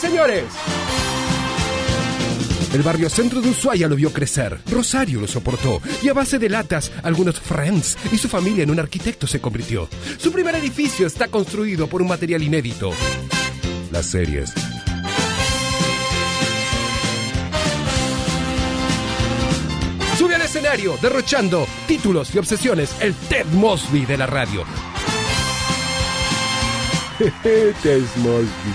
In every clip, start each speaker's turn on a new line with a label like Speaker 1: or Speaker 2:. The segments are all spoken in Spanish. Speaker 1: señores.
Speaker 2: El barrio centro de Ushuaia lo vio crecer. Rosario lo soportó. Y a base de latas, algunos friends y su familia en un arquitecto se convirtió. Su primer edificio está construido por un material inédito. Las series. Sube al escenario, derrochando títulos y obsesiones, el Ted Mosby de la radio. Ted Mosby.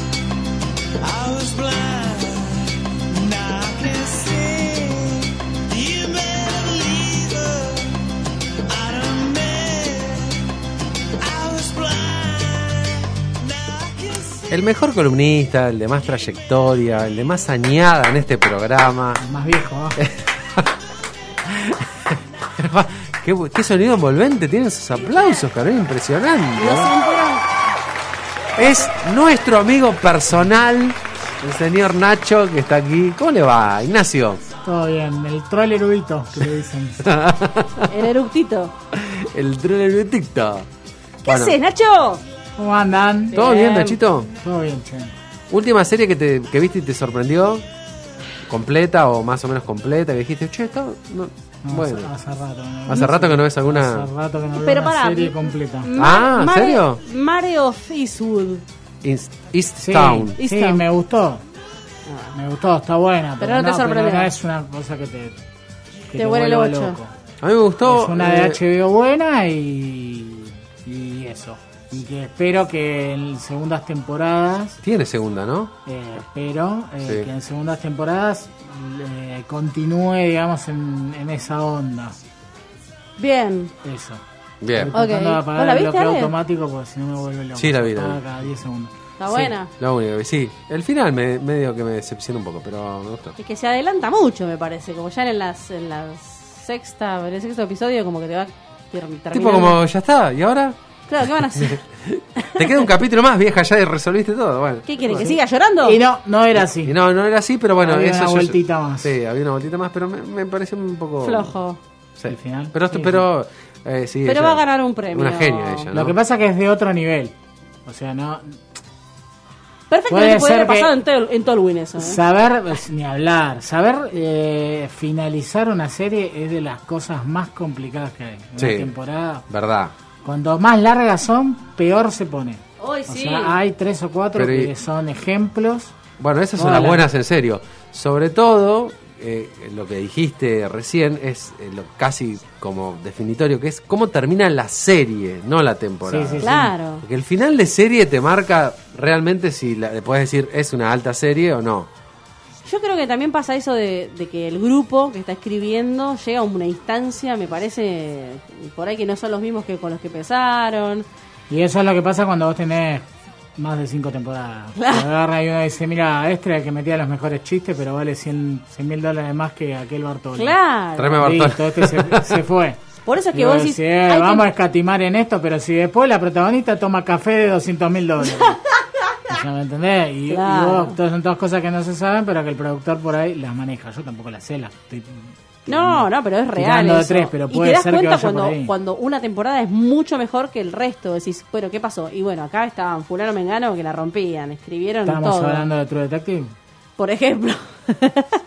Speaker 3: I was blind, now I can see. You better believe it. I done made. I was blind, now I can see.
Speaker 4: El mejor columnista, el de más trayectoria, el de más añada en este programa.
Speaker 5: Más viejo, ¿ah?
Speaker 4: qué, bu- qué sonido envolvente tienen esos aplausos, cabrón, impresionante.
Speaker 5: Los
Speaker 4: ¿no?
Speaker 5: amperos.
Speaker 4: Es nuestro amigo personal, el señor Nacho, que está aquí. ¿Cómo le va, Ignacio?
Speaker 5: Todo bien, el troll erudito que le dicen.
Speaker 6: El eructito.
Speaker 4: El trailer de TikTok.
Speaker 6: ¿Qué haces, Nacho?
Speaker 5: ¿Cómo andan?
Speaker 4: ¿Todo bien,
Speaker 6: Bien.
Speaker 4: Nachito?
Speaker 5: Todo bien, che.
Speaker 4: Última serie que, te, que viste y te sorprendió, completa o más o menos completa, que dijiste, che, está... no".
Speaker 5: No, ah,
Speaker 4: bueno,
Speaker 5: hace, hace rato. ¿no?
Speaker 4: hace rato que no ves alguna...
Speaker 5: Hace rato que no veo
Speaker 6: Pero
Speaker 5: una
Speaker 6: pará.
Speaker 5: serie completa.
Speaker 4: Ah, ¿en
Speaker 6: Mare-
Speaker 4: serio?
Speaker 6: Mare of Eastwood.
Speaker 4: East, East Town.
Speaker 5: Sí,
Speaker 6: Easttown.
Speaker 5: me gustó. Me gustó, está buena.
Speaker 6: Ah. Pero no te sorprendió.
Speaker 5: no es una cosa que te. que
Speaker 6: Te huele el
Speaker 5: vuelva
Speaker 6: ocho.
Speaker 5: loco.
Speaker 4: A mí me gustó...
Speaker 5: Es una de
Speaker 4: eh,
Speaker 5: HBO buena y. y eso. Y que espero que en segundas temporadas
Speaker 4: Tiene segunda, ¿no?
Speaker 5: Eh, espero eh,
Speaker 4: Sí.
Speaker 5: que en segundas temporadas eh, continúe, digamos, en, en esa onda.
Speaker 6: Bien.
Speaker 5: Eso.
Speaker 4: Bien.
Speaker 5: Estoy
Speaker 6: Ok.
Speaker 5: tratando de
Speaker 6: ¿Vos
Speaker 5: apagar
Speaker 6: la
Speaker 5: el
Speaker 6: viste,
Speaker 5: bloqueo
Speaker 6: Ale?
Speaker 5: automático porque si no me vuelve loco.
Speaker 4: Sí, la vi,
Speaker 5: Se
Speaker 4: la
Speaker 5: apaga
Speaker 4: vi.
Speaker 5: cada 10 segundos.
Speaker 6: Está buena.
Speaker 4: La única que sí. El final me, medio que me decepciona un poco, pero me gustó.
Speaker 6: Es que se adelanta mucho, me parece. Como ya en las, en la sexta, en el sexto episodio, como que te va terminando.
Speaker 4: Tipo como, ya está, ¿y ahora?
Speaker 6: Claro, ¿qué van a hacer?
Speaker 4: Te queda un capítulo más, vieja, ya resolviste todo. Bueno.
Speaker 6: ¿Qué quieren? ¿Que siga llorando?
Speaker 5: Y no, no era
Speaker 4: Y
Speaker 5: así.
Speaker 4: no, no era así, pero bueno,
Speaker 5: Había
Speaker 4: eso
Speaker 5: una
Speaker 4: yo-
Speaker 5: vueltita más.
Speaker 4: Sí, había una vueltita más, pero me, me pareció un poco
Speaker 6: Flojo.
Speaker 4: Sí.
Speaker 5: El final.
Speaker 4: Pero,
Speaker 5: Sí, sí.
Speaker 4: pero, eh, sí,
Speaker 6: Pero
Speaker 4: ella-
Speaker 6: va a ganar un premio.
Speaker 4: Una genia ella. ¿no?
Speaker 5: Lo que pasa que es de otro nivel. O sea, no
Speaker 6: Perfectamente
Speaker 5: Puede
Speaker 6: puede haber
Speaker 5: ser que-
Speaker 6: pasado en, Tol- en Tolwyn eso. ¿eh?
Speaker 5: saber pues, ni hablar, saber eh, finalizar una serie es de las cosas más complicadas que hay. Una
Speaker 4: Sí.
Speaker 5: temporada,
Speaker 4: Verdad.
Speaker 5: cuanto más largas son, peor se pone.
Speaker 6: Hoy
Speaker 5: O
Speaker 6: sí.
Speaker 5: sea, hay tres o cuatro
Speaker 4: Pero y-
Speaker 5: que son ejemplos.
Speaker 4: Bueno, esas son
Speaker 5: Hola.
Speaker 4: las buenas en serio. Sobre todo, eh, lo que dijiste recién es eh, lo casi como definitorio, que es cómo termina la serie, no la temporada.
Speaker 5: Sí, sí, sí.
Speaker 6: Claro.
Speaker 4: Porque el final de serie te marca realmente si la, le puedes decir es una alta serie o no.
Speaker 6: Yo creo que también pasa eso de, de que el grupo que está escribiendo llega a una instancia, me parece, por ahí que no son los mismos que con los que empezaron.
Speaker 5: Y eso es lo que pasa cuando vos tenés más de cinco temporadas. Te Agarra y uno dice, mira, este era el que metía los mejores chistes, pero vale 100 mil dólares más que aquel Bartolo.
Speaker 6: Claro.
Speaker 4: Tráeme a Bartolo.
Speaker 5: Listo, este se, se fue.
Speaker 6: Por eso es que
Speaker 5: Y vos
Speaker 6: vos decís,
Speaker 5: decís, eh,
Speaker 6: hay que-
Speaker 5: vamos a escatimar en esto, pero si después la protagonista toma café de 200 mil dólares. O sea, ¿Me entendés? Y, y
Speaker 6: Claro.
Speaker 5: vos, todas son todas cosas que no se saben, pero que el productor por ahí las maneja. Yo tampoco las sé, las estoy
Speaker 6: No, no, pero es real.
Speaker 5: Tirando de
Speaker 6: eso.
Speaker 5: tres, pero
Speaker 6: y
Speaker 5: puede
Speaker 6: te das
Speaker 5: ser que
Speaker 6: cuenta
Speaker 5: vaya por
Speaker 6: cuando,
Speaker 5: ahí.
Speaker 6: cuando una temporada es mucho mejor que el resto. Decís, bueno, ¿qué pasó? Y bueno, acá estaban Fulano Mengano que la rompían, escribieron
Speaker 5: Estábamos
Speaker 6: todo.
Speaker 5: hablando de True Detective.
Speaker 6: Por ejemplo.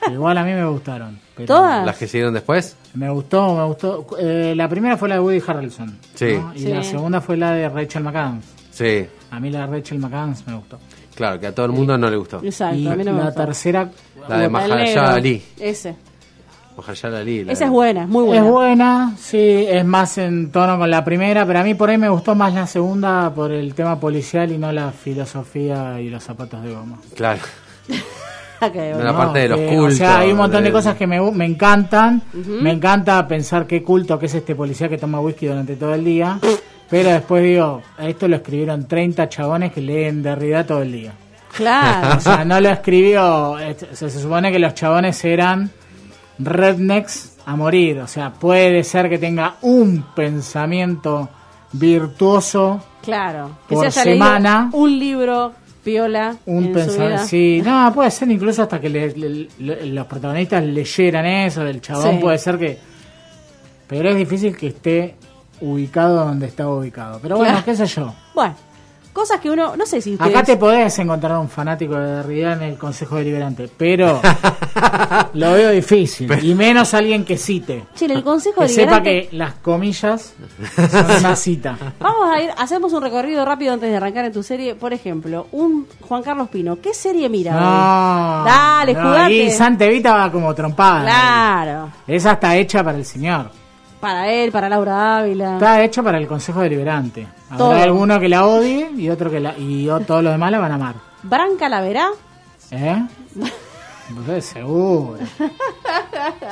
Speaker 5: que Igual a mí me gustaron. pero-
Speaker 6: Todas.
Speaker 4: Las que siguieron después,
Speaker 5: Me gustó, me gustó. Eh, la primera fue la de Woody Harrelson.
Speaker 4: Sí.
Speaker 5: ¿no? Y
Speaker 6: Sí.
Speaker 5: la segunda fue la de Rachel McAdams.
Speaker 4: sí,
Speaker 5: A mí la de Rachel McAdams me gustó.
Speaker 4: claro, que a todo el mundo no le gustó.
Speaker 6: Exacto,
Speaker 5: y
Speaker 6: a mí no me
Speaker 5: la
Speaker 6: gusta.
Speaker 5: tercera
Speaker 4: La de
Speaker 6: Como tal
Speaker 4: Mahershala
Speaker 6: negro.
Speaker 4: Ali.
Speaker 6: Ese.
Speaker 4: Mahershala Ali. la
Speaker 6: Esa
Speaker 4: de-
Speaker 6: es buena, es muy
Speaker 5: es
Speaker 6: buena.
Speaker 5: buena, sí, es más en tono con la primera, pero a mí por ahí me gustó más la segunda por el tema policial y no la filosofía y los zapatos de goma.
Speaker 4: Claro.
Speaker 6: Ok,
Speaker 4: No, la
Speaker 6: bueno.
Speaker 4: parte de los
Speaker 5: que,
Speaker 4: cultos.
Speaker 5: eh, O sea, hay un montón de
Speaker 4: del-
Speaker 5: cosas que me, me encantan. Me encanta pensar qué culto que es este policía que toma whisky durante todo el día. Pero después digo, a esto lo escribieron 30 chabones que leen Derrida todo el día. O
Speaker 6: Claro.
Speaker 5: sea, no lo escribió. eh, Se, se supone que los chabones eran rednecks a morir. O sea, puede ser que tenga un pensamiento virtuoso,
Speaker 6: Claro. Que
Speaker 5: Por
Speaker 6: se haya leído
Speaker 5: semana.
Speaker 6: un libro, piola.
Speaker 5: un
Speaker 6: en su vida.
Speaker 5: pensamiento... Sí, no, puede ser incluso hasta que le- le- le- los protagonistas leyeran eso, el chabón
Speaker 6: Sí.
Speaker 5: puede ser que... Pero es difícil que esté ubicado donde está ubicado. Pero bueno,
Speaker 6: Claro.
Speaker 5: qué sé yo.
Speaker 6: Bueno, cosas que uno. No sé si ustedes.
Speaker 5: Acá te podés encontrar un fanático de Derrida en el Consejo Deliberante, pero lo veo difícil. Y menos alguien que cite.
Speaker 6: Che, en el consejo
Speaker 5: Ah, Que sepa
Speaker 6: deliberante.
Speaker 5: que las comillas son una cita.
Speaker 6: Vamos a ir, hacemos un recorrido rápido antes de arrancar en tu serie. Por ejemplo, un Juan Carlos Pino, ¿qué serie mira?
Speaker 5: No,
Speaker 6: hoy? Dale,
Speaker 5: no,
Speaker 6: jugate.
Speaker 5: Y Santa Evita va como trompada.
Speaker 6: Claro,
Speaker 5: Esa está hecha para el señor.
Speaker 6: para él, para Laura Ávila.
Speaker 5: Está hecha para el Consejo Deliberante. Habrá
Speaker 6: Todo.
Speaker 5: alguno que la odie y otro que la y o- todos los demás la van a amar.
Speaker 6: Bran Calavera,
Speaker 5: ¿Eh? Entonces, Seguro.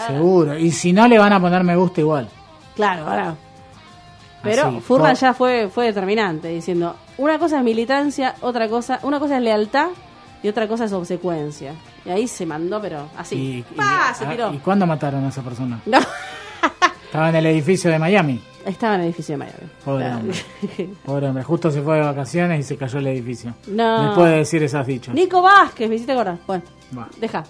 Speaker 5: Seguro. Y si no, le van a poner me gusta igual.
Speaker 6: claro, ahora. Pero
Speaker 5: Así,
Speaker 6: Furman
Speaker 5: por-
Speaker 6: ya fue, fue determinante, diciendo, una cosa es militancia, otra cosa, una cosa es lealtad y otra cosa es obsecuencia. Y ahí se mandó, pero así.
Speaker 5: Y- y-
Speaker 6: ¡Pah! se
Speaker 5: ah,
Speaker 6: tiró.
Speaker 5: ¿Y cuándo mataron a esa persona?
Speaker 6: No.
Speaker 5: Estaba en el edificio de Miami.
Speaker 6: Estaba en el edificio de Miami.
Speaker 5: Pobre
Speaker 6: Claro.
Speaker 5: hombre. Pobre hombre. Justo se fue de vacaciones y se cayó el edificio.
Speaker 6: No.
Speaker 5: Después de decir esos dichos.
Speaker 6: Nico Vázquez, me hiciste acordar. Bueno,
Speaker 5: Va.
Speaker 6: deja.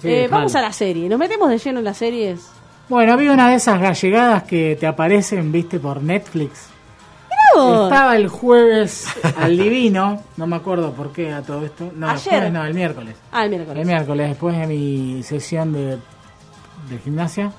Speaker 5: Sí,
Speaker 6: Eh,
Speaker 5: dejalo.
Speaker 6: vamos a la serie. Nos metemos de lleno en las series.
Speaker 5: Bueno, había una de esas gallegadas que te aparecen, viste, por Netflix.
Speaker 6: vos.
Speaker 5: Estaba el jueves al divino, no me acuerdo por qué a todo esto. No, el
Speaker 6: Ayer.
Speaker 5: jueves no, el miércoles.
Speaker 6: Ah, el
Speaker 5: El
Speaker 6: miércoles.
Speaker 5: miércoles, después de mi sesión de, de gimnasia,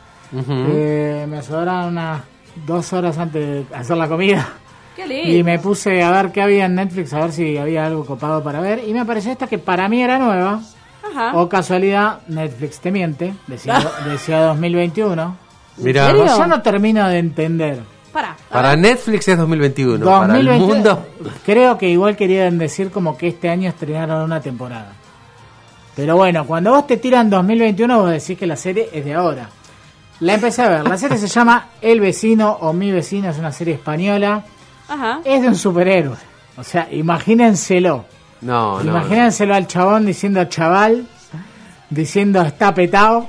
Speaker 5: eh, me sobraron unas dos horas antes de hacer la comida.
Speaker 6: Qué
Speaker 5: Y
Speaker 6: lindo.
Speaker 5: me puse a ver qué había en Netflix, a ver si había algo copado para ver. Y me apareció esta que para mí era nueva.
Speaker 6: Ajá.
Speaker 5: O casualidad, Netflix te miente. Decía, decía 2021.
Speaker 4: Mirá,
Speaker 6: serio?
Speaker 5: Yo no termino de entender.
Speaker 6: Pará.
Speaker 4: para Netflix es 2021, para el
Speaker 5: 2021,
Speaker 4: mundo.
Speaker 5: Creo que igual querían decir como que este año estrenaron una temporada. Pero bueno, cuando vos te tiran 2021, vos decís que la serie es de ahora. La empecé a ver. La serie se llama El vecino o Mi vecino. Es una serie española.
Speaker 6: Ajá.
Speaker 5: Es de un superhéroe. O sea, imagínenselo.
Speaker 4: No, no.
Speaker 5: Imagínenselo al chabón diciendo chaval, diciendo está petado.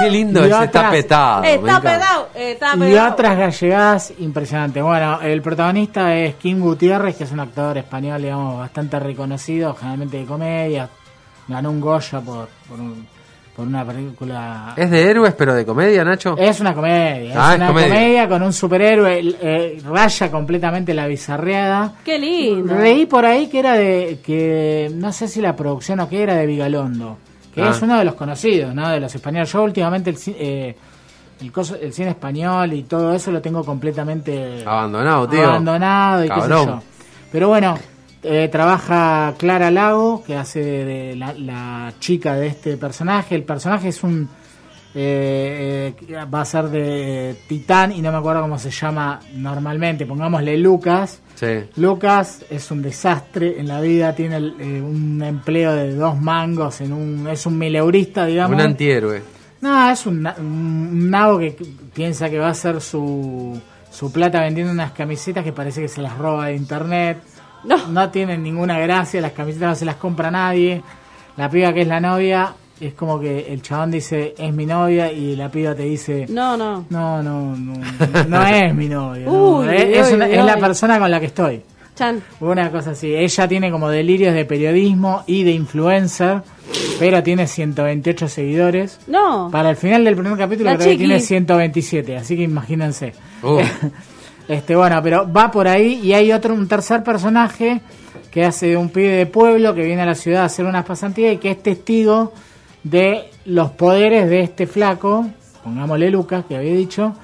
Speaker 4: Qué lindo
Speaker 5: Y
Speaker 4: ese
Speaker 5: otras-
Speaker 4: tapetado. me
Speaker 6: Está
Speaker 4: encanta.
Speaker 6: pegado. Está
Speaker 5: Ah, Y
Speaker 6: pegado.
Speaker 5: otras gallegadas impresionantes. Bueno, el protagonista es Kim Gutiérrez, que es un actor español, digamos, bastante reconocido, generalmente de comedia. Ganó un Goya por, por, un- por una película.
Speaker 4: ¿Es de héroes pero de comedia, Nacho?
Speaker 5: Es una comedia,
Speaker 4: Ah,
Speaker 5: es
Speaker 4: es
Speaker 5: una
Speaker 4: comedia.
Speaker 5: comedia. con un superhéroe, eh, raya completamente la bizarreada.
Speaker 6: Qué lindo.
Speaker 5: Reí por ahí que era de, que no sé si la producción o qué era de Vigalondo, que
Speaker 4: Ah.
Speaker 5: es uno de los conocidos, ¿no? De los españoles. Yo últimamente el, ci- eh, el, coso- el cine español y todo eso lo tengo completamente
Speaker 4: Abandonado, tío.
Speaker 5: abandonado y qué sé
Speaker 4: Cabrón.
Speaker 5: yo. Pero bueno, eh, trabaja Clara Lago, que hace de, de la, la chica de este personaje. El personaje es un... eh, eh, va a ser de Titán y no me acuerdo cómo se llama normalmente. Pongámosle Lucas.
Speaker 4: Sí.
Speaker 5: Lucas es un desastre en la vida, tiene el- eh, un empleo de dos mangos, en un, es un mileurista, digamos.
Speaker 4: Un antihéroe.
Speaker 5: no, es un, na- un nabo que piensa que va a hacer su, su plata vendiendo unas camisetas que parece que se las roba de internet.
Speaker 6: No.
Speaker 5: No tienen ninguna gracia, las camisetas no se las compra nadie. La piba que es la novia, es como que el chabón dice, es mi novia, y la piba te dice,
Speaker 6: No, no.
Speaker 5: no, no, no, no es mi novia. no,
Speaker 6: Uy,
Speaker 5: es- es
Speaker 6: uy,
Speaker 5: una- es la
Speaker 6: uy.
Speaker 5: persona con la que estoy.
Speaker 6: Chan.
Speaker 5: Una cosa así. Ella tiene como delirios de periodismo y de influencer, pero tiene 128 seguidores.
Speaker 6: No.
Speaker 5: Para el final del primer capítulo
Speaker 6: La
Speaker 5: creo que
Speaker 6: chiqui.
Speaker 5: tiene 127, así que imagínense.
Speaker 4: Uh.
Speaker 5: Este, bueno, pero va por ahí y hay otro, un tercer personaje que hace de un pibe de pueblo que viene a la ciudad a hacer unas pasantías y que es testigo de los poderes de este flaco, pongámosle Lucas, que había dicho,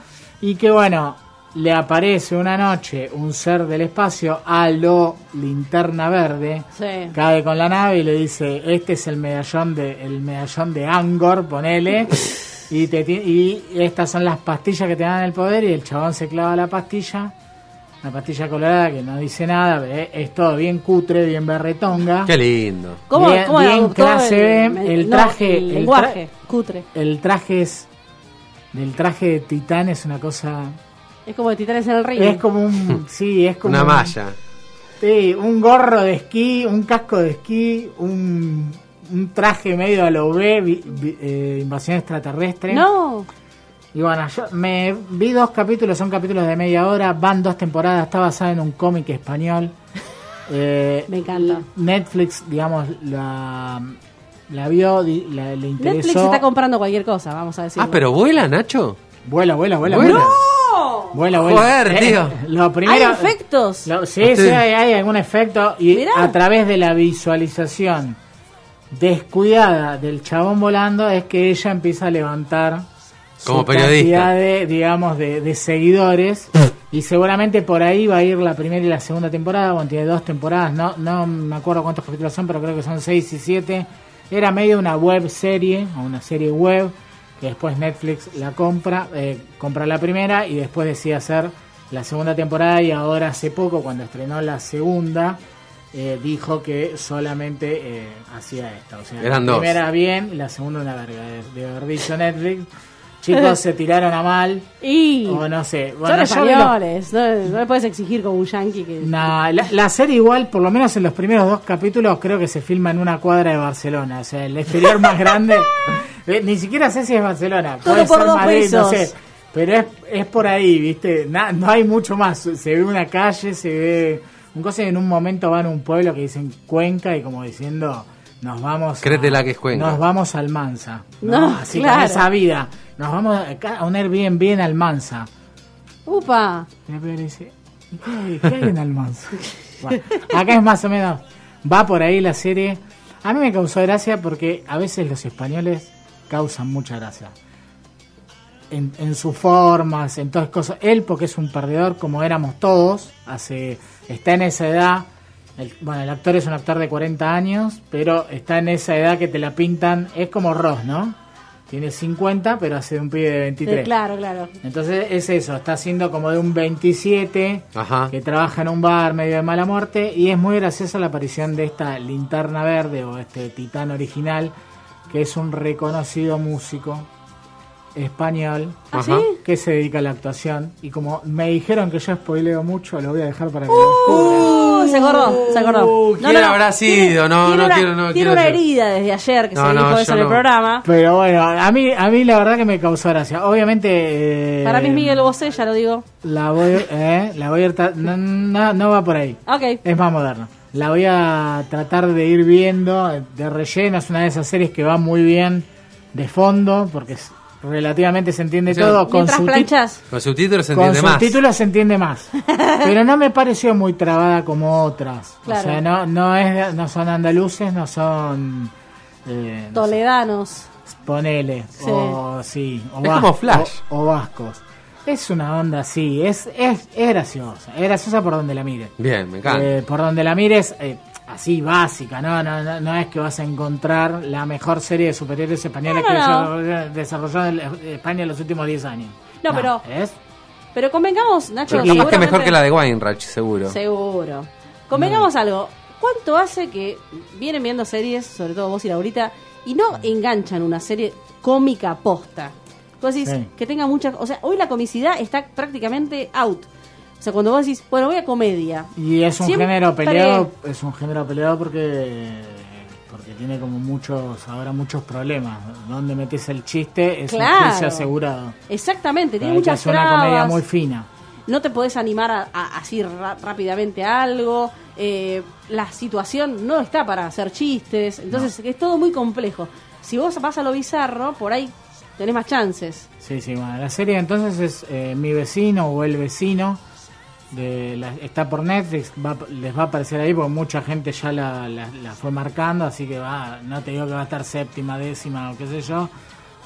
Speaker 5: y que bueno, le aparece una noche un ser del espacio a lo linterna verde,
Speaker 6: Sí.
Speaker 5: cae con la nave y le dice, este es el medallón de, el medallón de Angor, ponele. Y, te, ti- y estas son las pastillas que te dan el poder y el chabón se clava la pastilla, la pastilla colorada que no dice nada, eh, es todo bien cutre, bien berretonga.
Speaker 4: Qué lindo.
Speaker 6: ¿Cómo,
Speaker 5: Bien-
Speaker 6: cómo
Speaker 5: bien
Speaker 6: adoptó
Speaker 5: clase B, el
Speaker 6: no,
Speaker 5: traje,
Speaker 6: el
Speaker 5: el
Speaker 6: lenguaje, cutre.
Speaker 5: El traje es, el traje de titán es una cosa,
Speaker 6: Es como de titanes en el río.
Speaker 5: es como un, sí, es como
Speaker 4: Una
Speaker 5: un-
Speaker 4: malla.
Speaker 5: Sí, un gorro de esquí, un casco de esquí, un, un traje medio a lo B, vi- vi- eh, invasión extraterrestre.
Speaker 6: No.
Speaker 5: Y bueno, yo me vi dos capítulos, son capítulos de media hora, van dos temporadas, está basada en un cómic español. Eh,
Speaker 6: Me encanta.
Speaker 5: Netflix, digamos, la, la vio, di- la- le interesó.
Speaker 6: Netflix está comprando cualquier cosa, vamos a decir.
Speaker 4: Ah, pero vuela, Nacho.
Speaker 5: Vuela, vuela, vuela.
Speaker 4: Vuela.
Speaker 5: Vuela,
Speaker 6: ¡No!
Speaker 5: vuela. vuela. Eh,
Speaker 4: Joder, tío.
Speaker 5: Lo primero,
Speaker 6: Hay efectos.
Speaker 5: lo- sí,
Speaker 4: Sí.
Speaker 5: sí, hay, hay algún efecto. Y
Speaker 6: Mirá.
Speaker 5: a través de la visualización descuidada del chabón volando es que ella empieza a levantar
Speaker 4: Como
Speaker 5: su
Speaker 4: periodista.
Speaker 5: cantidad de, digamos, de, de seguidores. Y seguramente por ahí va a ir la primera y la segunda temporada. Bueno, tiene dos temporadas, no, no me acuerdo cuántos capítulos son, pero creo que son seis y siete. Era medio una web serie, o una serie web, que después Netflix la compra, eh, compra la primera y después decide hacer la segunda temporada. Y ahora hace poco, cuando estrenó la segunda, eh, dijo que solamente eh, hacía esta. O sea,
Speaker 4: Eran
Speaker 5: la
Speaker 4: dos.
Speaker 5: primera bien, la segunda una verga. De, de haber dicho Netflix, chicos se tiraron a mal.
Speaker 6: Y
Speaker 5: O no sé.
Speaker 6: son
Speaker 5: Bueno, ya veo-
Speaker 6: españoles. No, no le puedes exigir como un yankee que.
Speaker 5: Nah, la, la serie igual, por lo menos en los primeros dos capítulos, creo que se filma en una cuadra de Barcelona. O sea, el exterior más grande. eh, Ni siquiera sé si es Barcelona.
Speaker 6: Todo
Speaker 5: puede
Speaker 6: por
Speaker 5: ser
Speaker 6: dos
Speaker 5: Madrid, no
Speaker 6: pesos.
Speaker 5: sé. Pero es, es por ahí, ¿viste? Na- no hay mucho más. Se ve una calle, se ve un cosa y en un momento van a un pueblo que dicen Cuenca y como diciendo, nos vamos... a-
Speaker 4: Créetela que es Cuenca.
Speaker 5: Nos vamos al Mansa.
Speaker 6: No,
Speaker 5: Así
Speaker 6: claro.
Speaker 5: con esa vida. Nos vamos acá a un Airbnb en Almanza.
Speaker 6: ¡Upa!
Speaker 5: Y el Pedro dice, "¿Y ¿qué hay, qué hay en Almanza? Bueno, acá es más o menos, va por ahí la serie. A mí me causó gracia porque a veces los españoles causan mucha gracia. En, en sus formas, en todas cosas. Él porque es un perdedor como éramos todos, hace está en esa edad. El- bueno, el actor es un actor de 40 años, pero está en esa edad que te la pintan. Es como Ross, ¿no? Tiene 50, pero hace de un pibe de 23.
Speaker 6: Eh, claro, claro.
Speaker 5: Entonces es eso, está siendo como de un 27
Speaker 4: Ajá.
Speaker 5: que trabaja en un bar medio de mala muerte y es muy graciosa la aparición de esta linterna verde o este titán original que es un reconocido músico español
Speaker 6: ¿Ah,
Speaker 4: Ajá.
Speaker 6: sí?
Speaker 5: que se dedica a la actuación y como me dijeron que yo spoileo mucho lo voy a dejar para que lo
Speaker 6: Uh, se acordó, se acordó.
Speaker 4: Uh, ¿quién habrá sido? No, no
Speaker 6: una,
Speaker 4: quiero- no
Speaker 6: tiene
Speaker 4: quiero
Speaker 6: una
Speaker 4: hacer-
Speaker 6: herida desde ayer que
Speaker 4: No,
Speaker 6: se dijo
Speaker 4: no,
Speaker 6: eso
Speaker 4: yo
Speaker 6: en el
Speaker 4: no.
Speaker 6: programa.
Speaker 5: Pero bueno, a mí, a mí la verdad que me causó gracia. Obviamente... eh,
Speaker 6: Para mí es Miguel Bosé, ya lo digo.
Speaker 5: La voy, eh, la voy a... tra- No, no, no va por ahí.
Speaker 6: Ok.
Speaker 5: Es más moderno. La voy a tratar de ir viendo de relleno. Es una de esas series que va muy bien de fondo porque es- relativamente se entiende
Speaker 4: Sí.
Speaker 5: todo. Con
Speaker 6: Mientras
Speaker 5: su,
Speaker 6: planchas.
Speaker 4: Con subtítulos se
Speaker 5: con
Speaker 4: entiende más.
Speaker 5: subtítulos se entiende más. Pero no me pareció muy trabada como otras.
Speaker 6: Claro.
Speaker 5: O sea, no, no, es, no son andaluces, no son... eh, no sé,
Speaker 6: Toledanos.
Speaker 5: Ponele.
Speaker 6: Sí.
Speaker 5: O sí. O
Speaker 4: Es como
Speaker 5: vas-
Speaker 4: Flash.
Speaker 5: O, o vascos. Es una onda así. Es, es, es graciosa. Es graciosa por donde la mire.
Speaker 4: Bien, me encanta.
Speaker 5: Eh, por donde la mires, eh, así básica, ¿no? No, no, no es que vas a encontrar la mejor serie de superiores españoles
Speaker 6: No,
Speaker 5: que
Speaker 6: no,
Speaker 5: se desarrolló en España en los últimos 10 años.
Speaker 6: No, pero-
Speaker 5: Es
Speaker 6: Pero convengamos, Nacho.
Speaker 4: Pero capaz que
Speaker 6: seguramente-
Speaker 4: mejor que la de Weinreich, seguro.
Speaker 6: Seguro. Convengamos algo. ¿Cuánto hace que vienen viendo series, sobre todo vos y Laurita, y no enganchan una serie cómica posta? Vos decís
Speaker 5: Sí.
Speaker 6: que tenga muchas. O sea, hoy la comicidad está prácticamente out. O sea, cuando vos decís, bueno, voy a comedia.
Speaker 5: Y es un
Speaker 6: Siempre-
Speaker 5: género peleado, es un género peleado porque porque tiene como muchos ahora muchos problemas. Donde metes el chiste es
Speaker 6: Claro.
Speaker 5: un juicio asegurado.
Speaker 6: Exactamente, tiene
Speaker 5: Hay que
Speaker 6: muchas
Speaker 5: hacer una comedia
Speaker 6: trabas.
Speaker 5: muy fina.
Speaker 6: no te podés animar a- a- así ra- rápidamente a algo, eh, la situación no está para hacer chistes, entonces es todo muy complejo. Si vos vas a lo bizarro, por ahí tenés más chances.
Speaker 5: Sí, sí, bueno, la serie entonces es eh, Mi vecino o El vecino. De la- está por Netflix, va- les va a aparecer ahí porque mucha gente ya la, la- la fue marcando, así que va, no te digo que va a estar séptima, décima o qué sé yo,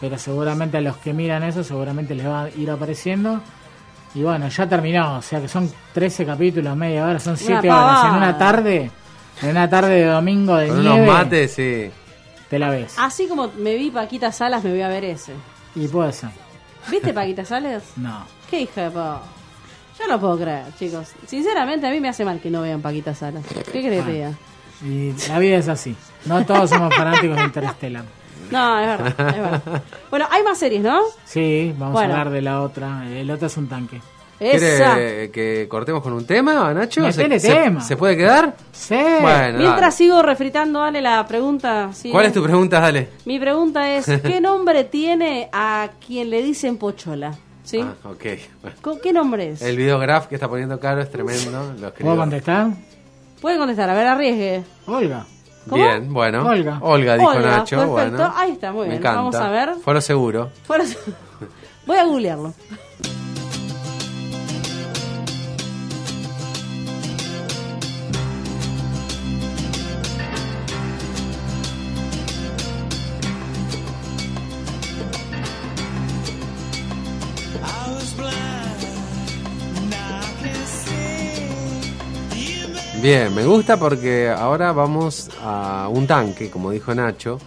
Speaker 5: pero seguramente a los que miran eso seguramente les va a ir apareciendo. Y bueno, ya terminó, o sea que son 13 capítulos, media hora, son 7 horas en
Speaker 6: pavada.
Speaker 5: una tarde, en una tarde de domingo de
Speaker 4: Con unos
Speaker 5: nieve,
Speaker 4: mates, sí.
Speaker 5: te la ves.
Speaker 6: Así como me vi Paquita Salas, me voy a ver ese.
Speaker 5: Y puede ser,
Speaker 6: ¿Viste Paquita Salas?
Speaker 5: no.
Speaker 6: ¿Qué hija de po? Yo no puedo creer, chicos. Sinceramente, a mí me hace mal que no vean Paquita Salas. ¿Qué crees,
Speaker 4: Ah.
Speaker 6: que te diga?
Speaker 5: Y la vida es así, no todos somos fanáticos de Interstellar.
Speaker 6: No, es verdad, es verdad. Bueno, hay más series, ¿no?
Speaker 5: Sí, vamos
Speaker 6: Bueno.
Speaker 5: a hablar de la otra. El otro es un tanque.
Speaker 6: Esa.
Speaker 4: ¿Quiere que cortemos con un tema, Nacho?
Speaker 5: Metele
Speaker 4: se,
Speaker 5: tema.
Speaker 4: se puede quedar?
Speaker 5: Sí.
Speaker 4: Bueno,
Speaker 6: Mientras
Speaker 4: dale.
Speaker 6: sigo refritando, dale la pregunta. sí.
Speaker 4: ¿Cuál es tu pregunta, Dale?
Speaker 6: Mi pregunta es, ¿qué nombre tiene a quien le dicen pochola? ¿Sí?
Speaker 4: Ah, ok. Bueno.
Speaker 6: ¿Con ¿Qué nombre es?
Speaker 4: El videograph que está poniendo Caro es tremendo. Lo escribió.
Speaker 5: ¿Puedo contestar?
Speaker 6: Puede contestar, a ver, arriesgue.
Speaker 5: Olga.
Speaker 6: ¿Cómo?
Speaker 4: Bien, bueno.
Speaker 5: Olga.
Speaker 4: dijo
Speaker 6: Olga,
Speaker 4: Nacho.
Speaker 6: perfecto.
Speaker 4: Bueno.
Speaker 6: Ahí está, muy
Speaker 4: Me
Speaker 6: bien.
Speaker 4: encanta.
Speaker 6: Vamos a ver.
Speaker 4: Foro seguro.
Speaker 6: Fuera- Voy a googlearlo.
Speaker 3: I was blind, now I can see. You made
Speaker 4: Bien, me gusta porque ahora vamos a un tanque, como dijo Nacho.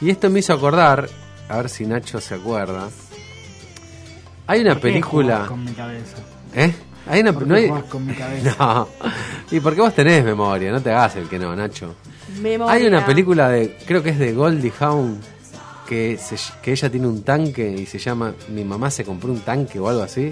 Speaker 4: Y esto me hizo acordar, a ver si Nacho se acuerda. Hay una
Speaker 5: ¿Por qué jugás
Speaker 4: película.
Speaker 5: Con mi cabeza.
Speaker 4: ¿Eh? Hay una.
Speaker 5: ¿Por qué
Speaker 4: no hay-
Speaker 5: jugás con mi cabeza?
Speaker 4: No. ¿Y porque vos tenés memoria? No te hagas el que no, Nacho.
Speaker 6: Memoria.
Speaker 4: Hay una película de, creo que es de Goldie Hawn, que, se ll- que ella tiene un tanque y se llama Mi mamá se compró un tanque o algo así.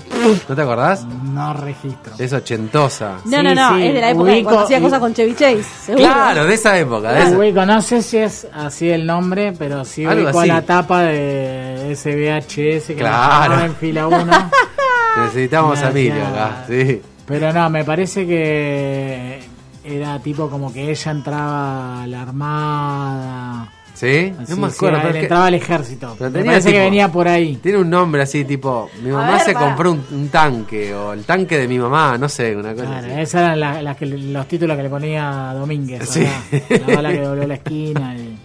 Speaker 4: ¿No te acordás?
Speaker 5: No registro.
Speaker 4: Es ochentosa.
Speaker 6: No,
Speaker 5: Sí,
Speaker 6: no, no,
Speaker 5: sí,
Speaker 6: es de la época de
Speaker 5: ubico
Speaker 6: cuando hacía
Speaker 5: y-
Speaker 6: cosas con Chevy Chase. seguro.
Speaker 4: Claro, de esa época. de esa-
Speaker 5: Ubico, no sé si es así el nombre, pero sí
Speaker 4: Algo
Speaker 5: ubico
Speaker 4: así.
Speaker 5: la tapa de ese VHS que
Speaker 4: Claro.
Speaker 5: nos llamaba en fila 1.
Speaker 4: Necesitamos a
Speaker 5: Gracias.
Speaker 4: Emilio acá, sí.
Speaker 5: pero no, me parece que era tipo como que ella entraba a la armada.
Speaker 4: ¿Sí?
Speaker 5: Así,
Speaker 4: No me
Speaker 5: sí,
Speaker 4: acuerdo,
Speaker 5: él
Speaker 4: pero es que
Speaker 5: entraba al ejército.
Speaker 4: Pero
Speaker 5: Me
Speaker 4: tenía
Speaker 5: parece
Speaker 4: tipo-
Speaker 5: que venía por ahí.
Speaker 4: tiene un nombre así tipo, mi mamá
Speaker 6: ver,
Speaker 4: se
Speaker 6: pará.
Speaker 4: compró un, un tanque o el tanque de mi mamá, no sé, una cosa
Speaker 5: Claro,
Speaker 4: así.
Speaker 5: esos eran la- las que- los títulos que le ponía Domínguez.
Speaker 4: Sí.
Speaker 5: ¿verdad? La bala que dobló la esquina. y-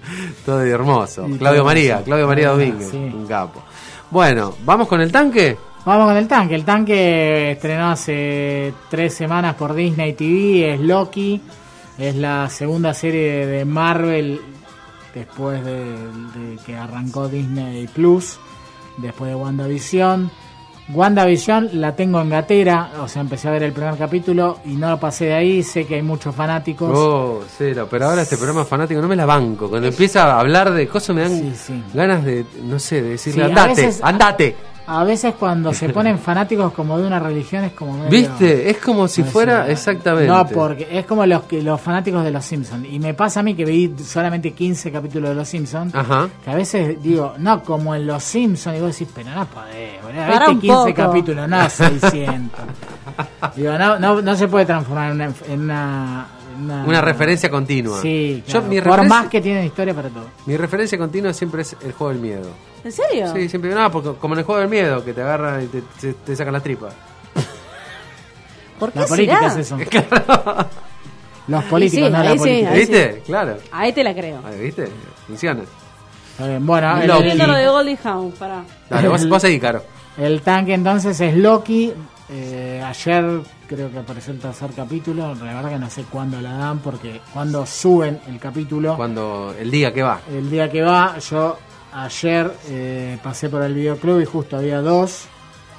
Speaker 4: Todo hermoso.
Speaker 5: eh. Y
Speaker 4: Claudio
Speaker 5: todo
Speaker 4: María,
Speaker 5: eso.
Speaker 4: Claudio María
Speaker 5: Ah,
Speaker 4: Domínguez,
Speaker 5: sí.
Speaker 4: un capo. Bueno, ¿vamos con el tanque?
Speaker 5: Vamos con el tanque. El tanque estrenó hace tres semanas por Disney TV. Es Loki. Es la segunda serie de Marvel después de, de que arrancó Disney Plus. Después de WandaVision. WandaVision la tengo en gatera. O sea, empecé a ver el primer capítulo y no lo pasé de ahí. Sé que hay muchos fanáticos.
Speaker 4: Oh, cero, pero ahora este programa fanático no me la banco. Cuando empieza a hablar de cosas me dan
Speaker 5: Sí, sí.
Speaker 4: ganas de, no sé, de
Speaker 5: Sí,
Speaker 4: decirle,
Speaker 5: a
Speaker 4: andate,
Speaker 5: veces-
Speaker 4: andate.
Speaker 5: A veces cuando se ponen fanáticos como de una religión es como... medio-
Speaker 4: ¿Viste? Es como si
Speaker 5: No,
Speaker 4: fuera
Speaker 5: sí.
Speaker 4: exactamente.
Speaker 5: No, porque es como los que los fanáticos de los Simpsons. Y me pasa a mí que vi solamente 15 capítulos de los Simpsons.
Speaker 4: Ajá.
Speaker 5: Que a veces digo, no, como en los Simpsons. Y vos decís, pero no podés, boludo.
Speaker 6: Pará
Speaker 5: Viste
Speaker 6: un
Speaker 5: 15
Speaker 6: poco.
Speaker 5: capítulos, no 600. digo, no, no, no se puede transformar en una. en una, en
Speaker 4: Una referencia continua.
Speaker 5: Sí,
Speaker 4: Yo,
Speaker 5: claro.
Speaker 4: mi,
Speaker 5: por
Speaker 4: referencia,
Speaker 5: más que tienen historia para todo.
Speaker 4: mi referencia continua siempre es el juego del miedo.
Speaker 6: ¿En serio?
Speaker 4: Sí, siempre, no, porque como en el juego del miedo, que te agarran y te, te- te sacan las tripas.
Speaker 6: ¿Por qué
Speaker 5: La política
Speaker 6: será?
Speaker 5: es eso. Los políticos,
Speaker 6: sí,
Speaker 5: no la
Speaker 6: ahí sí,
Speaker 5: política.
Speaker 6: ahí sí.
Speaker 4: ¿Viste? Claro.
Speaker 6: Ahí te la creo.
Speaker 4: Ahí, ¿Viste? Funciona.
Speaker 5: Está bien, Bueno, el-
Speaker 6: Estoy
Speaker 4: Loki.
Speaker 6: viendo lo de Goldie Hawn, para.
Speaker 4: Dale, vos, vos seguí, Caro.
Speaker 5: El tanque entonces es Loki. Eh, ayer creo que apareció el tercer capítulo. La verdad que no sé cuándo la dan porque cuando suben el capítulo,
Speaker 4: Cuando el día que va.
Speaker 5: el día que va, yo ayer eh, pasé por el videoclub y justo había dos.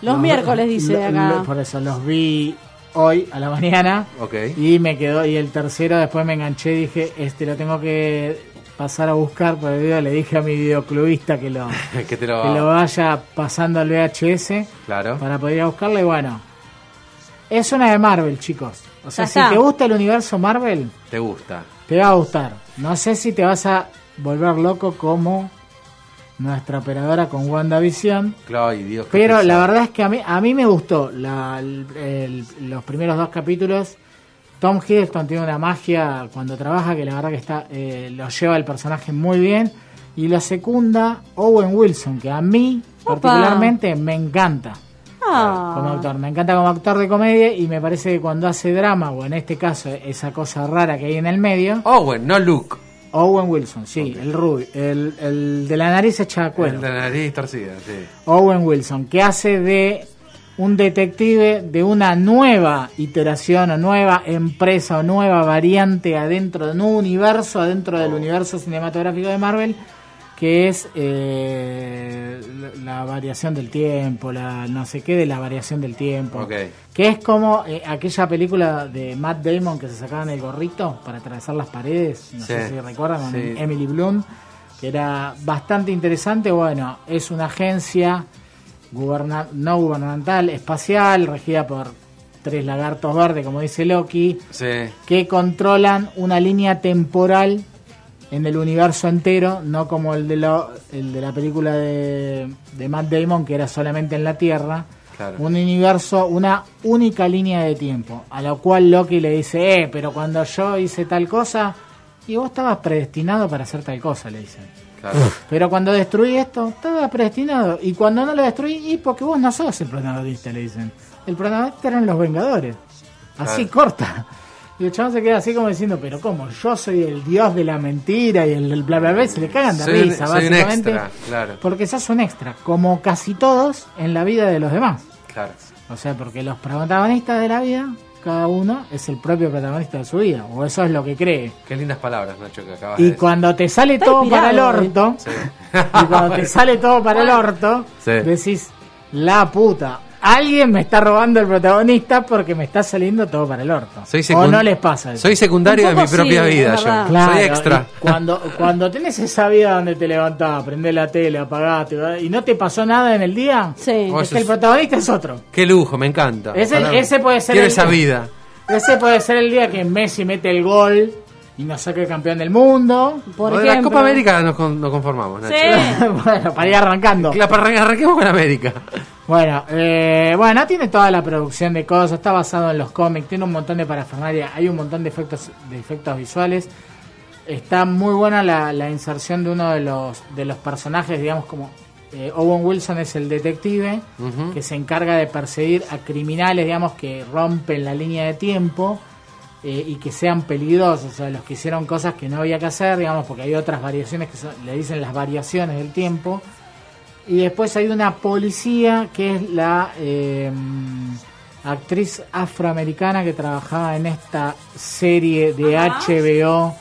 Speaker 6: Los miércoles, dice
Speaker 5: lo-
Speaker 6: acá.
Speaker 5: lo- por eso los vi hoy a la mañana
Speaker 4: Ok.
Speaker 5: y me quedó y el tercero después me enganché y dije este lo tengo que pasar a buscar por el video le dije a mi videoclubista que lo
Speaker 4: que te
Speaker 5: que lo
Speaker 4: lo...
Speaker 5: vaya pasando al VHS
Speaker 4: Claro.
Speaker 5: para poder ir a buscarla y bueno. Es una de Marvel, chicos. O sea,
Speaker 6: Ya
Speaker 5: si
Speaker 6: está.
Speaker 5: te gusta el universo Marvel,
Speaker 4: Te gusta.
Speaker 5: te va a gustar. No sé si te vas a volver loco como nuestra operadora con WandaVision.
Speaker 4: Claro, y Dios. qué
Speaker 5: Pero la
Speaker 4: pesado.
Speaker 5: verdad es que a mí, a mí me gustó la- el- el- los primeros dos capítulos. Tom Hiddleston tiene una magia cuando trabaja que la verdad que está eh, lo lleva el personaje muy bien. Y lo secunda Owen Wilson, que a mí
Speaker 6: Opa.
Speaker 5: particularmente me encanta
Speaker 6: Ah.
Speaker 5: como actor. Me encanta como actor de comedia y me parece que cuando hace drama, o en este caso esa cosa rara que hay en el medio,
Speaker 4: Owen, Oh, no Luke.
Speaker 5: Owen Wilson, sí, el rubio, el, el de la nariz hecha cuero.
Speaker 4: La nariz distorcida, sí.
Speaker 5: Owen Wilson, que hace de un detective de una nueva iteración o nueva empresa o nueva variante adentro de un nuevo universo, adentro del universo cinematográfico de Marvel, que es eh, la la variación del tiempo, la no sé qué de la variación del tiempo.
Speaker 4: Ok.
Speaker 5: Que es como eh, aquella película de Matt Damon que se sacaban el gorrito para atravesar las paredes, no sé
Speaker 4: Sí.
Speaker 5: si recuerdan, con
Speaker 4: Sí.
Speaker 5: Emily Bloom, que era bastante interesante. Bueno, es una agencia guberna- no gubernamental, espacial, regida por tres lagartos verdes, como dice Loki,
Speaker 4: Sí.
Speaker 5: que controlan una línea temporal en el universo entero, no como el de, lo- el de la película de, de Matt Damon, que era solamente en la Tierra.
Speaker 4: Claro.
Speaker 5: Un universo, una única línea de tiempo, a lo cual Loki le dice, eh, pero cuando yo hice tal cosa, y vos estabas predestinado para hacer tal cosa, le dicen.
Speaker 4: Claro.
Speaker 5: Pero cuando destruí esto, estaba predestinado. Y cuando no lo destruí, y porque vos no sos el protagonista, le dicen. El protagonista eran los Vengadores. Así corta. Y el chabón se queda así como diciendo, pero ¿cómo? Yo soy el dios de la mentira y el, el bla bla bla. y Se le cagan de
Speaker 4: Soy un-
Speaker 5: risa,
Speaker 4: soy un
Speaker 5: básicamente.
Speaker 4: extra, claro.
Speaker 5: Porque sos un extra, como casi todos en la vida de los demás.
Speaker 4: Claro.
Speaker 5: O sea, porque los protagonistas de la vida, cada uno es el propio protagonista de su vida. O eso es lo que cree.
Speaker 4: Qué lindas palabras, Nacho, que acabas de
Speaker 5: Y
Speaker 4: decir.
Speaker 5: cuando te sale
Speaker 6: Está
Speaker 5: todo para el
Speaker 6: inspirado, eh.
Speaker 5: orto,
Speaker 4: Sí.
Speaker 5: y cuando te sale todo para el orto,
Speaker 4: Sí.
Speaker 5: decís, la puta, alguien me está robando el protagonista porque me está saliendo todo para el orto.
Speaker 4: Soy
Speaker 5: o
Speaker 4: secund-
Speaker 5: no les pasa eso.
Speaker 4: Soy secundario de
Speaker 6: Un
Speaker 4: mi
Speaker 6: poco
Speaker 4: propia
Speaker 6: sí,
Speaker 4: vida,
Speaker 6: es
Speaker 4: yo.
Speaker 6: verdad.
Speaker 5: Claro,
Speaker 4: Soy extra.
Speaker 5: y Cuando, cuando tenés esa vida donde te levantás, prendés la tele, apagás, te vas- y no te pasó nada en el día,
Speaker 6: Sí.
Speaker 4: Vos
Speaker 5: Oh, es que el
Speaker 4: sos-
Speaker 5: protagonista es otro.
Speaker 4: Qué lujo, me encanta.
Speaker 5: Ese-
Speaker 4: Ojalá-
Speaker 5: ese puede ser
Speaker 4: Quiero
Speaker 5: el-
Speaker 4: esa vida.
Speaker 5: Ese puede ser el día que Messi mete el gol y nos saca el campeón del mundo.
Speaker 6: Por
Speaker 4: Lo de la
Speaker 6: ejemplo.
Speaker 4: Copa América nos, con- nos conformamos, Nacho.
Speaker 6: Sí.
Speaker 5: bueno, para ir arrancando.
Speaker 4: La parra- arranquemos con América.
Speaker 5: Bueno, eh, bueno, tiene toda la producción de cosas, está basado en los cómics, tiene un montón de parafernalia, hay un montón de efectos, de efectos visuales. Está muy buena la, la inserción de uno de los, de los personajes, digamos como eh, Owen Wilson es el detective
Speaker 4: Ujú.
Speaker 5: que se encarga de perseguir a criminales, digamos, que rompen la línea de tiempo eh, y que sean peligrosos, o sea, los que hicieron cosas que no había que hacer, digamos, porque hay otras variaciones que son- le dicen las variaciones del tiempo. Y después hay una policía que es la eh, actriz afroamericana que trabajaba en esta serie de HBO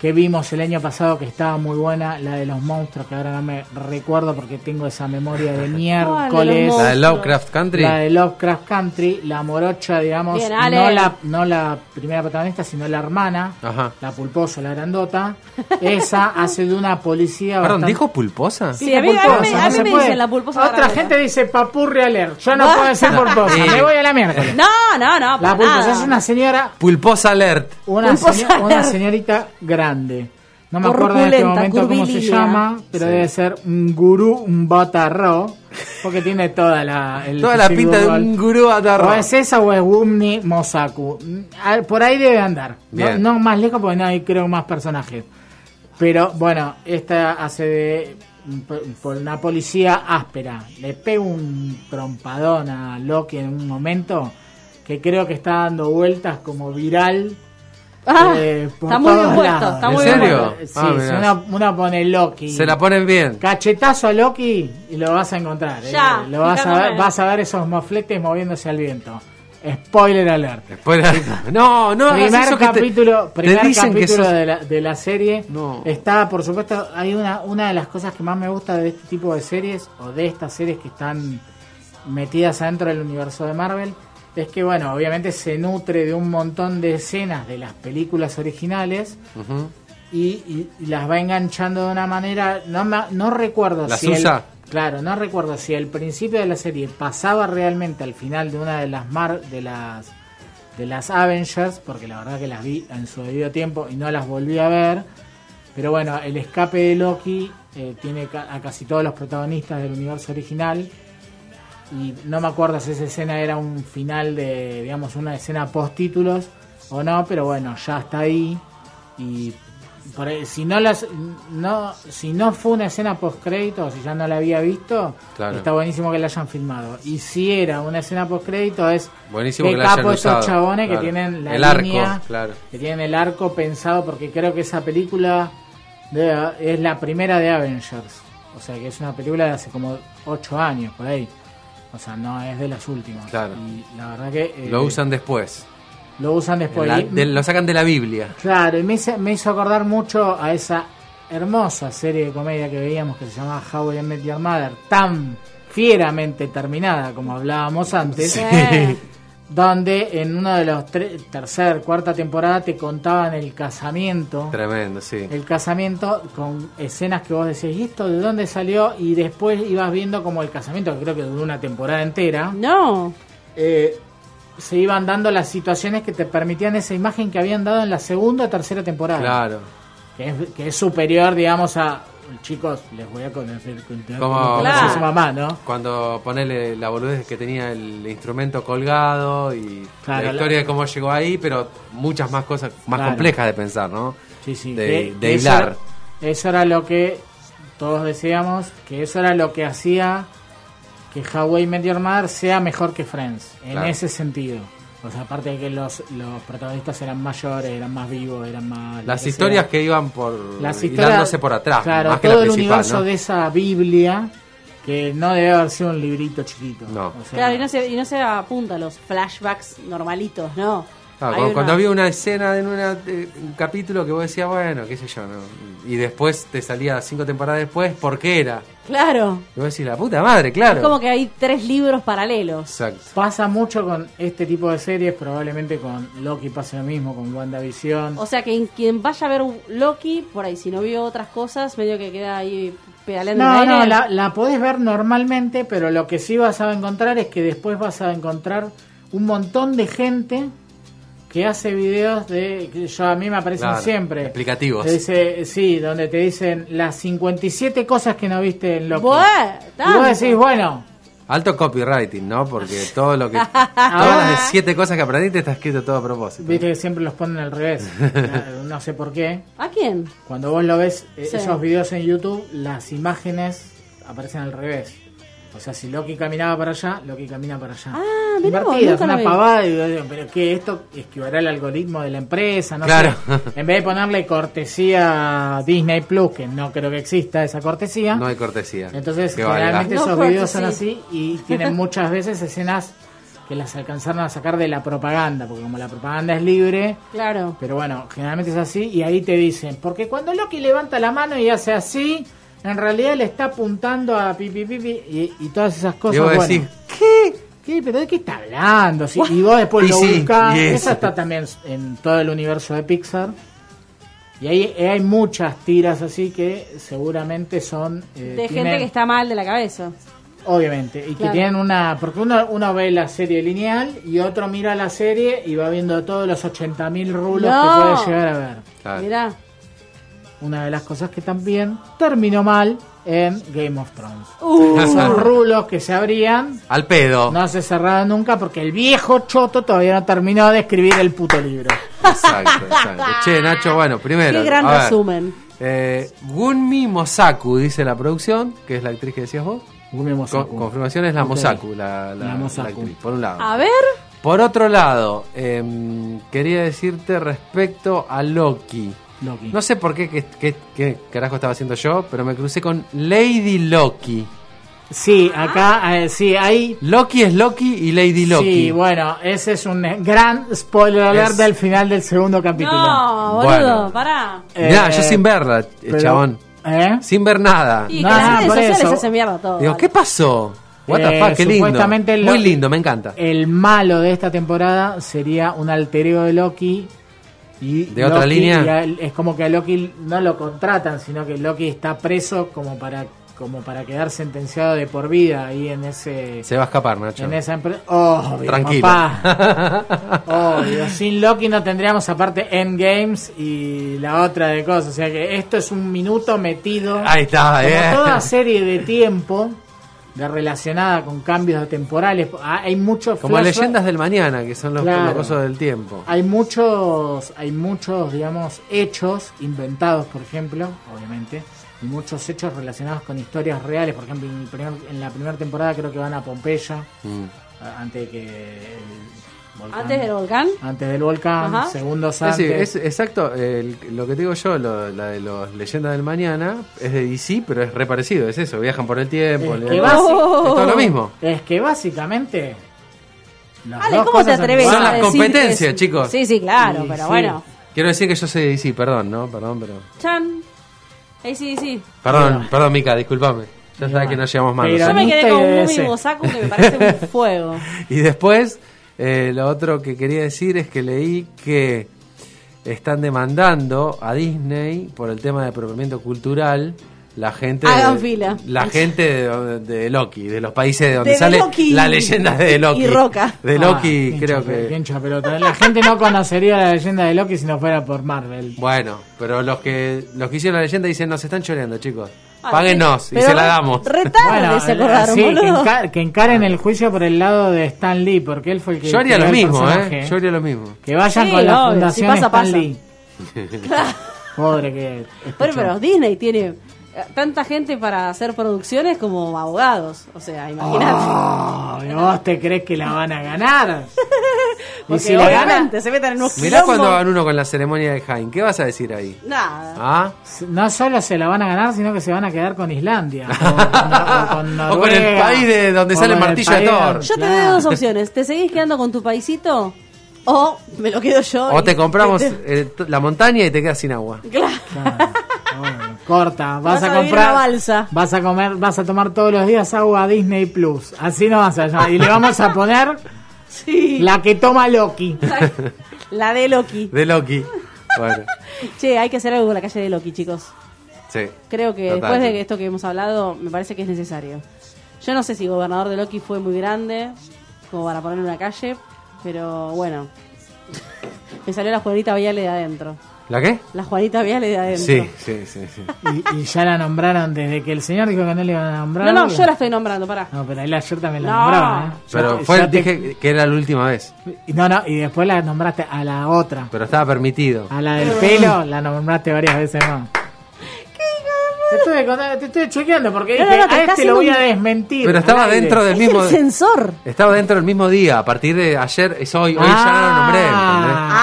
Speaker 5: que vimos el año pasado que estaba muy buena, la de los monstruos, que ahora no me recuerdo porque tengo esa memoria de miércoles.
Speaker 6: monstruos?
Speaker 4: La de Lovecraft Country.
Speaker 5: La de Lovecraft Country, la morocha, digamos,
Speaker 6: Bien,
Speaker 5: no
Speaker 6: Ale.
Speaker 5: la, no la primera protagonista, sino la hermana,
Speaker 4: Ajá.
Speaker 5: la pulposa, la grandota. Esa hace de una policía
Speaker 4: Perdón,
Speaker 5: bastante-
Speaker 4: ¿dijo pulposa?
Speaker 6: Sí, a mí- a mí-
Speaker 5: pulposa,
Speaker 6: a
Speaker 5: no
Speaker 6: mí
Speaker 5: se
Speaker 6: me
Speaker 5: puede.
Speaker 6: dicen la pulposa
Speaker 5: Otra
Speaker 6: barraca.
Speaker 5: gente dice papurri aler. Yo no puedo decir pulposa.
Speaker 4: Sí.
Speaker 5: Me voy a la miércoles.
Speaker 6: No, no, no.
Speaker 5: La
Speaker 6: para
Speaker 5: pulposa
Speaker 6: nada.
Speaker 5: es una señora,
Speaker 4: Pulposa Alert.
Speaker 5: una,
Speaker 6: Pulposa
Speaker 5: seño-
Speaker 6: aler.
Speaker 5: una señorita grande. No me acuerdo en este
Speaker 6: Corpulenta,
Speaker 5: momento cómo se
Speaker 6: curvilínea.
Speaker 5: llama, pero
Speaker 4: Sí.
Speaker 5: debe ser un gurú, un botarro, porque tiene toda la... el
Speaker 4: Toda la
Speaker 5: físico
Speaker 4: pinta de
Speaker 5: igual. Pues
Speaker 4: un gurú
Speaker 5: O
Speaker 4: atarrado.
Speaker 5: es esa o es Gumni Mosaku. Mm, a- Por ahí debe andar. No,
Speaker 4: Bien.
Speaker 5: no más lejos porque no hay, creo, más personajes. Pero bueno, esta hace de un po- por una policía áspera. Le pega un trompadón a Loki en un momento que creo que está dando vueltas como viral.
Speaker 6: Ah,
Speaker 5: eh, por
Speaker 6: está muy bien
Speaker 5: todos
Speaker 6: puesto,
Speaker 5: lados.
Speaker 6: está
Speaker 4: ¿En
Speaker 6: muy bien
Speaker 4: serio?
Speaker 6: puesto.
Speaker 5: Sí,
Speaker 4: Ah,
Speaker 5: si
Speaker 4: mirá.
Speaker 5: una, una pone Loki.
Speaker 4: Se la ponen bien.
Speaker 5: Cachetazo a Loki y lo vas a encontrar. ¿eh?
Speaker 6: Ya,
Speaker 5: lo vas a, ver,
Speaker 6: fíjame.
Speaker 5: vas a ver esos mofletes moviéndose al viento. Spoiler alert.
Speaker 4: Después la- No, no, hagas
Speaker 5: primer
Speaker 4: eso que te-
Speaker 5: capítulo,
Speaker 4: te
Speaker 5: primer
Speaker 4: dicen que
Speaker 5: capítulo
Speaker 4: sos-
Speaker 5: de, la, de la serie.
Speaker 4: No.
Speaker 5: Está, por supuesto, hay una, una de las cosas que más me gusta de este tipo de series o de estas series que están metidas adentro del universo de Marvel. Es que, bueno, obviamente se nutre de un montón de escenas de las películas originales
Speaker 4: Ujú.
Speaker 5: y, y- y las va enganchando de una manera. No, me- no recuerdo
Speaker 4: ¿Las
Speaker 5: si. el-
Speaker 4: usa?
Speaker 5: claro, no recuerdo si al principio de la serie pasaba realmente al final de una de las mar, de las de las Avengers, porque la verdad que las vi en su debido tiempo y no las volví a ver. Pero bueno, el escape de Loki eh, tiene ca- a casi todos los protagonistas del universo original. Y no me acuerdo si esa escena era un final de, digamos, una escena post títulos o no, pero bueno, ya está ahí. Y por ahí- si no las no si no fue una escena post crédito si ya no la había visto
Speaker 4: Claro.
Speaker 5: está buenísimo que la hayan filmado y si era una escena post crédito es
Speaker 4: Buenísimo
Speaker 5: qué
Speaker 4: que la hayan
Speaker 5: capo
Speaker 4: usado,
Speaker 5: estos chabones
Speaker 4: claro.
Speaker 5: que tienen la
Speaker 4: El arco,
Speaker 5: línea,
Speaker 4: claro.
Speaker 5: que tienen el arco pensado porque creo que esa película de- es la primera de Avengers o sea que es una película de hace como 8 años por ahí o sea no es de las últimas
Speaker 4: Claro.
Speaker 5: y la verdad que eh,
Speaker 4: Lo usan después.
Speaker 5: lo usan después
Speaker 4: La-
Speaker 5: Y-
Speaker 4: de- lo sacan de la Biblia.
Speaker 5: Claro, y me hizo, me hizo acordar mucho a esa hermosa serie de comedia que veíamos que se llamaba How I Met Your Mother, tan fieramente terminada como hablábamos antes,
Speaker 6: Sí.
Speaker 5: donde en una de las tre- tercer, cuarta temporada te contaban el casamiento.
Speaker 4: Tremendo, sí.
Speaker 5: El casamiento con escenas que vos decías, ¿y esto de dónde salió? Y después ibas viendo como el casamiento, que creo que duró una temporada entera,
Speaker 6: No.
Speaker 5: eh, se iban dando las situaciones que te permitían esa imagen que habían dado en la segunda o tercera temporada.
Speaker 4: Claro.
Speaker 5: Que, es, que es superior, digamos, a... Chicos, les voy a conocer
Speaker 4: Como-
Speaker 5: a su
Speaker 6: Claro.
Speaker 5: mamá, ¿no?
Speaker 4: Cuando ponele la boludez que tenía el instrumento colgado y
Speaker 5: Claro, la-
Speaker 4: la historia de cómo llegó ahí, pero muchas más cosas más
Speaker 5: Claro.
Speaker 4: complejas de pensar, ¿no?
Speaker 5: Sí, sí,
Speaker 4: De,
Speaker 5: que-
Speaker 4: de
Speaker 5: que eso
Speaker 4: hilar.
Speaker 5: era- Eso era lo que todos decíamos, que eso era lo que hacía que How I Met Your Mother sea mejor que Friends, en
Speaker 4: Claro.
Speaker 5: ese sentido. O sea, aparte de que los, los protagonistas eran mayores, eran más vivos, eran más...
Speaker 4: Las
Speaker 5: lo que
Speaker 4: historias
Speaker 5: sea.
Speaker 4: que iban por
Speaker 5: Las
Speaker 4: hilándose
Speaker 5: historias,
Speaker 4: por atrás,
Speaker 5: Claro,
Speaker 4: más que
Speaker 5: todo
Speaker 4: la
Speaker 5: el
Speaker 4: principal,
Speaker 5: universo
Speaker 4: ¿no?
Speaker 5: de esa Biblia, que no debe haber sido un librito chiquito.
Speaker 4: No.
Speaker 5: O sea,
Speaker 6: Claro, y no, se, y no se apunta a los flashbacks normalitos, ¿no.
Speaker 4: Claro,
Speaker 6: Hay
Speaker 4: cuando,
Speaker 6: una-
Speaker 4: cuando había una escena en una, eh, un capítulo que vos decías, bueno, qué sé yo, ¿no? y después te salía cinco temporadas después, ¿por qué era?
Speaker 6: Claro.
Speaker 4: Y vos decís, la puta madre, claro.
Speaker 6: Es como que hay tres libros paralelos.
Speaker 4: Exacto.
Speaker 5: Pasa mucho con este tipo de series, probablemente con Loki pase lo mismo, con WandaVision.
Speaker 6: O sea que en quien vaya a ver un Loki, por ahí, si no vio otras cosas, medio que queda ahí pedaleando. en
Speaker 5: No,
Speaker 6: el
Speaker 5: no,
Speaker 6: aire.
Speaker 5: la, la podés ver normalmente, pero lo que sí vas a encontrar es que después vas a encontrar un montón de gente que hace videos de. que yo a mí me aparecen
Speaker 4: Claro,
Speaker 5: siempre.
Speaker 4: explicativos.
Speaker 5: Te dice- sí, donde te dicen las 57 cosas que no viste en Loki.
Speaker 6: Bué,
Speaker 5: y
Speaker 6: tanto.
Speaker 5: vos decís, bueno,
Speaker 4: Alto copywriting, ¿no? Porque todo lo que. todas las siete cosas que aprendiste está escrito todo a propósito.
Speaker 5: viste que siempre los ponen al revés. No, no sé por qué.
Speaker 6: ¿A quién?
Speaker 5: Cuando vos lo ves, eh,
Speaker 6: Sí.
Speaker 5: esos videos en YouTube, las imágenes aparecen al revés. O sea, si Loki caminaba para allá, Loki camina para allá.
Speaker 6: Ah, mirá vos,
Speaker 5: Invertido,
Speaker 6: nunca
Speaker 5: es una
Speaker 6: lo vi.
Speaker 5: pavada. y yo digo, pero que esto esquivará el algoritmo de la empresa, no
Speaker 4: Claro.
Speaker 5: sé. En vez de ponerle cortesía a Disney Plus, que no creo que exista esa cortesía.
Speaker 4: No hay cortesía.
Speaker 5: Entonces,
Speaker 4: Que valga.
Speaker 5: generalmente
Speaker 6: No,
Speaker 5: esos
Speaker 6: porque
Speaker 5: videos son
Speaker 6: sí.
Speaker 5: así y tienen muchas veces escenas que las alcanzaron a sacar de la propaganda, porque como la propaganda es libre,
Speaker 6: Claro.
Speaker 5: pero bueno, generalmente es así y ahí te dicen, porque cuando Loki levanta la mano y hace así, en realidad le está apuntando a pipi pipi y, y todas esas cosas.
Speaker 4: Y vos
Speaker 5: bueno.
Speaker 4: decís,
Speaker 5: ¿qué? ¿Qué? ¿Pero de qué está hablando? Sí, y vos después
Speaker 4: Y
Speaker 5: lo
Speaker 4: sí,
Speaker 5: buscás.
Speaker 4: y eso.
Speaker 5: Esa está también en todo el universo de Pixar. Y ahí eh, hay muchas tiras así que seguramente son... eh,
Speaker 6: De gente
Speaker 5: tienen-
Speaker 6: que está mal de la cabeza.
Speaker 5: Obviamente, y
Speaker 6: Claro.
Speaker 5: que tienen una. Porque uno, uno ve la serie lineal y otro mira la serie y va viendo todos los 80.000 rulos
Speaker 6: No.
Speaker 5: que puede llegar a ver.
Speaker 4: Claro.
Speaker 6: Mirá.
Speaker 5: Una de las cosas que también terminó mal en Game of Thrones.
Speaker 6: Uh,
Speaker 5: Esos rulos que se abrían
Speaker 4: Al pedo.
Speaker 5: no se cerraron nunca porque el viejo choto todavía no terminó de escribir el puto libro.
Speaker 4: Exacto, exacto. Che, Nacho, bueno, primero.
Speaker 6: qué gran
Speaker 4: a ver.
Speaker 6: resumen.
Speaker 4: Eh, Gunmi Mosaku, dice la producción, que es la actriz que decías vos.
Speaker 5: Gumi
Speaker 4: Con-
Speaker 5: Mosaku.
Speaker 4: confirmación es la
Speaker 5: Ok.
Speaker 4: Mosaku, la, la-
Speaker 5: La Mosaku.
Speaker 4: la actriz, por un lado.
Speaker 6: A ver.
Speaker 4: Por otro lado, em, quería decirte respecto a Loki.
Speaker 5: Loki.
Speaker 4: No sé por qué, qué, qué- qué carajo estaba haciendo yo, pero me crucé con Lady Loki.
Speaker 5: Sí, acá, eh, sí, ahí.
Speaker 4: Loki es Loki y Lady Loki.
Speaker 5: Sí, bueno, ese es un gran spoiler alert
Speaker 4: Es-
Speaker 5: del final del segundo capítulo.
Speaker 6: No, boludo,
Speaker 4: Bueno.
Speaker 6: pará.
Speaker 4: Mirá,
Speaker 5: Eh,
Speaker 4: yo sin verla, eh,
Speaker 5: Pero-
Speaker 4: chabón.
Speaker 5: ¿Eh?
Speaker 4: Sin ver nada.
Speaker 6: Y
Speaker 5: No,
Speaker 6: que
Speaker 5: no,
Speaker 6: las redes
Speaker 5: por
Speaker 6: sociales
Speaker 5: eso.
Speaker 6: hacen mierda todo.
Speaker 4: Digo,
Speaker 6: vale.
Speaker 4: ¿qué pasó? What the
Speaker 5: Eh,
Speaker 4: fuck, qué lindo.
Speaker 5: supuestamente Loki-
Speaker 4: Muy lindo, me encanta.
Speaker 5: El malo de esta temporada sería un altereo de Loki. Y
Speaker 4: ¿De otra
Speaker 5: Loki-
Speaker 4: línea?
Speaker 5: y a él- es como que a Loki no lo contratan, sino que Loki está preso como para como para quedar sentenciado de por vida ahí en ese
Speaker 4: Se va a escapar, Nacho.
Speaker 5: en esa empresa. Obvio,
Speaker 4: Tranquilo.
Speaker 5: papá. Obvio, sin Loki no tendríamos aparte Endgames y la otra de cosas, o sea que esto es un minuto metido.
Speaker 4: Ahí está,
Speaker 5: Como
Speaker 4: eh.
Speaker 5: toda serie de tiempo de relacionada con cambios temporales, ah, hay muchos
Speaker 4: Como
Speaker 5: flashbacks,
Speaker 4: leyendas del mañana, que son los, los
Speaker 5: Claro. Ah.
Speaker 4: cosos del tiempo.
Speaker 5: Hay muchos, hay muchos, digamos, hechos inventados, por ejemplo, obviamente, y muchos hechos relacionados con historias reales. Por ejemplo, en, el primer- en la primera temporada creo que van a Pompeya
Speaker 4: Mm.
Speaker 5: a- antes de que el volcán-
Speaker 6: Antes del volcán.
Speaker 5: antes del volcán,
Speaker 6: Ajá.
Speaker 5: segundos
Speaker 4: Es,
Speaker 5: antes.
Speaker 4: decir, es exacto el- lo que te digo yo, lo- la de los leyendas del mañana, es de DC, pero es reparecido, es eso, viajan por el tiempo,
Speaker 5: Es
Speaker 4: le-
Speaker 5: que
Speaker 4: es
Speaker 5: va-
Speaker 6: Oh.
Speaker 4: todo lo mismo.
Speaker 5: Es que básicamente. las
Speaker 6: Ale,
Speaker 5: dos
Speaker 6: ¿cómo te
Speaker 5: cosas son
Speaker 6: atreves
Speaker 4: Son
Speaker 5: iguales.
Speaker 6: a
Speaker 4: las
Speaker 6: decir
Speaker 4: competencias,
Speaker 6: que es-
Speaker 4: chicos.
Speaker 6: Sí, sí, claro,
Speaker 5: Sí,
Speaker 6: pero
Speaker 5: sí.
Speaker 6: bueno.
Speaker 4: Quiero decir que yo soy de DC, perdón, ¿no? Perdón, pero...
Speaker 6: Chan. Ahí sí, sí.
Speaker 4: Perdón,
Speaker 5: Bueno.
Speaker 4: perdón, Mica, discúlpame. Ya sabes que no llevamos mal.
Speaker 5: Pero-
Speaker 6: Yo me quedé con
Speaker 5: Guionista y
Speaker 6: un
Speaker 5: ese.
Speaker 6: Mumi Mosaku que me parece un fuego.
Speaker 4: Y después, Eh, lo otro que quería decir es que leí que están demandando a Disney por el tema de apropiamiento cultural la gente
Speaker 6: Hagan
Speaker 4: de,
Speaker 6: fila.
Speaker 4: la gente de, de Loki de los países de donde
Speaker 6: De
Speaker 4: sale
Speaker 6: Loki.
Speaker 4: la leyenda de Loki
Speaker 6: Y Roca.
Speaker 4: de Loki
Speaker 5: Ah,
Speaker 4: creo
Speaker 5: hincha,
Speaker 4: que
Speaker 5: hincha pelota. La gente no conocería la leyenda de Loki si no fuera por Marvel.
Speaker 4: bueno pero los que los que hicieron la leyenda dicen nos están choreando chicos
Speaker 6: Ah,
Speaker 4: páguenos y
Speaker 6: pero
Speaker 4: se la
Speaker 6: re-
Speaker 4: damos
Speaker 6: Retarde se acordaron,
Speaker 5: eh, sí, que,
Speaker 6: boludo.
Speaker 5: encar- que encaren el juicio por el lado de Stan Lee, porque él fue el que.
Speaker 4: yo haría
Speaker 5: creó
Speaker 4: lo
Speaker 5: el
Speaker 4: mismo eh
Speaker 5: personaje.
Speaker 4: yo haría lo mismo
Speaker 5: Que vayan
Speaker 6: Sí,
Speaker 5: con la
Speaker 6: obvio,
Speaker 5: fundación
Speaker 6: si pasa,
Speaker 5: Stan
Speaker 6: pasa.
Speaker 5: Lee. Pobre que.
Speaker 6: Bueno,
Speaker 5: escuchó.
Speaker 6: pero Disney tiene eh, tanta gente para hacer producciones como abogados. O sea, imagínate.
Speaker 5: Oh, ¿y ¿Vos te crees que la van a ganar? y
Speaker 6: Porque
Speaker 5: si la ganan.
Speaker 6: obviamente se meten en un
Speaker 4: mirá
Speaker 6: quilombo.
Speaker 4: cuando van uno con la ceremonia de Jaime ¿qué vas a decir ahí?
Speaker 6: Nada.
Speaker 4: ¿ah?
Speaker 5: No solo se la van a ganar, sino que se van a quedar con Islandia. O con, Nor- o con
Speaker 4: O con el
Speaker 5: Noruega,
Speaker 4: país de donde
Speaker 5: o
Speaker 4: sale
Speaker 5: con el
Speaker 4: martillo de
Speaker 5: país
Speaker 4: Thor.
Speaker 6: Yo te
Speaker 5: Claro.
Speaker 6: doy dos opciones. ¿Te seguís quedando con tu paisito? O me lo quedo yo.
Speaker 4: o
Speaker 6: y-
Speaker 4: te compramos eh, t- la montaña y te quedas sin agua
Speaker 6: Claro.
Speaker 5: Claro. Bueno, Corta, vas,
Speaker 6: Vas a
Speaker 5: a
Speaker 6: vivir
Speaker 5: comprar,
Speaker 6: una balsa.
Speaker 5: vas a comer, vas a tomar todos los días agua Disney Plus. Así no vas a llamar. Y le vamos a poner
Speaker 6: Sí.
Speaker 5: la que toma Loki.
Speaker 6: La, la de Loki.
Speaker 4: de Loki bueno
Speaker 6: Che, hay que hacer algo con la calle de Loki, chicos.
Speaker 4: sí
Speaker 6: Creo que
Speaker 4: Total.
Speaker 6: después de esto que hemos hablado, me parece que es necesario. Yo no sé si Gobernador de Loki fue muy grande, como para poner una calle, pero bueno. me salió la Juanita Viale de adentro.
Speaker 4: ¿La qué?
Speaker 6: La Juanita Viale de adentro.
Speaker 4: Sí, sí, sí, sí.
Speaker 5: Y, y ya la nombraron desde que el señor dijo que no le iban a nombrar.
Speaker 6: No, no, yo la estoy nombrando, pará.
Speaker 4: Ah,
Speaker 5: No, pero ahí la ayer también la
Speaker 6: No.
Speaker 5: nombraban, ¿eh? Ya
Speaker 4: Pero
Speaker 5: te-
Speaker 4: fue,
Speaker 5: ya te-
Speaker 4: dije que era la última vez.
Speaker 5: y- No, no, y después la nombraste a la otra.
Speaker 4: Pero estaba permitido.
Speaker 5: A la del pelo la nombraste varias veces más. Te estuve, con- te estuve chequeando porque
Speaker 6: No, no,
Speaker 5: dije,
Speaker 6: no, te
Speaker 5: a
Speaker 6: está
Speaker 5: este lo voy
Speaker 6: haciendo
Speaker 5: a
Speaker 6: un-
Speaker 5: desmentir.
Speaker 4: Pero
Speaker 5: al
Speaker 4: estaba
Speaker 5: aire.
Speaker 4: dentro del
Speaker 6: Es
Speaker 4: mismo.
Speaker 6: el sensor.
Speaker 4: Estaba dentro del mismo día. A partir de ayer es hoy. Hoy ya no lo nombré. ¿entendés?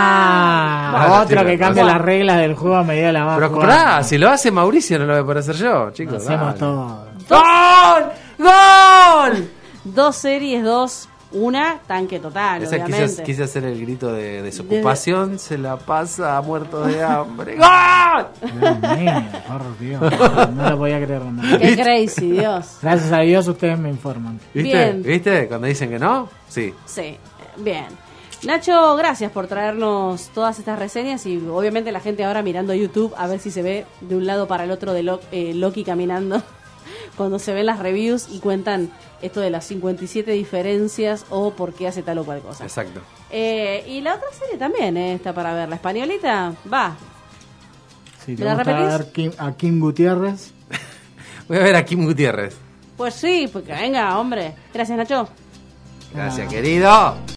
Speaker 5: Ah,
Speaker 4: Ah, bueno,
Speaker 5: otro
Speaker 4: chicos,
Speaker 5: Ah. que
Speaker 4: no
Speaker 5: cambia
Speaker 4: sé.
Speaker 5: las reglas del juego a medida de la baja.
Speaker 4: Pero pará, si lo hace Mauricio, no lo voy a poder hacer yo, chicos.
Speaker 5: Hacemos
Speaker 4: dale.
Speaker 5: todo.
Speaker 4: ¡Gol! ¡Gol!
Speaker 6: Dos series, dos, una, tanque total,
Speaker 4: Esa
Speaker 6: obviamente.
Speaker 4: quise, quise hacer el grito de desocupación. Se la pasa muerto de hambre. ¡Gol!
Speaker 5: Dios mío, por Dios, no lo podía creer. no.
Speaker 6: Qué crazy, Dios.
Speaker 5: Gracias a Dios ustedes me informan.
Speaker 4: ¿Viste?
Speaker 6: Bien.
Speaker 4: ¿Viste? Cuando dicen que no, sí.
Speaker 6: Sí, bien. Nacho, gracias por traernos todas estas reseñas y obviamente la gente ahora mirando YouTube a ver si se ve de un lado para el otro de Lo- eh, Loki caminando cuando se ven las reviews y cuentan esto de las 57 diferencias o por qué hace tal o cual cosa.
Speaker 4: Exacto.
Speaker 6: Eh, y la otra serie también eh, está para ver, la españolita, va.
Speaker 5: Si te
Speaker 6: ¿Me la
Speaker 5: gusta
Speaker 6: repetís?
Speaker 5: ver Kim- a Kim Gutiérrez,
Speaker 4: Voy a ver a Kim Gutiérrez.
Speaker 6: Pues sí, porque venga, hombre. Gracias, Nacho.
Speaker 4: Gracias, querido.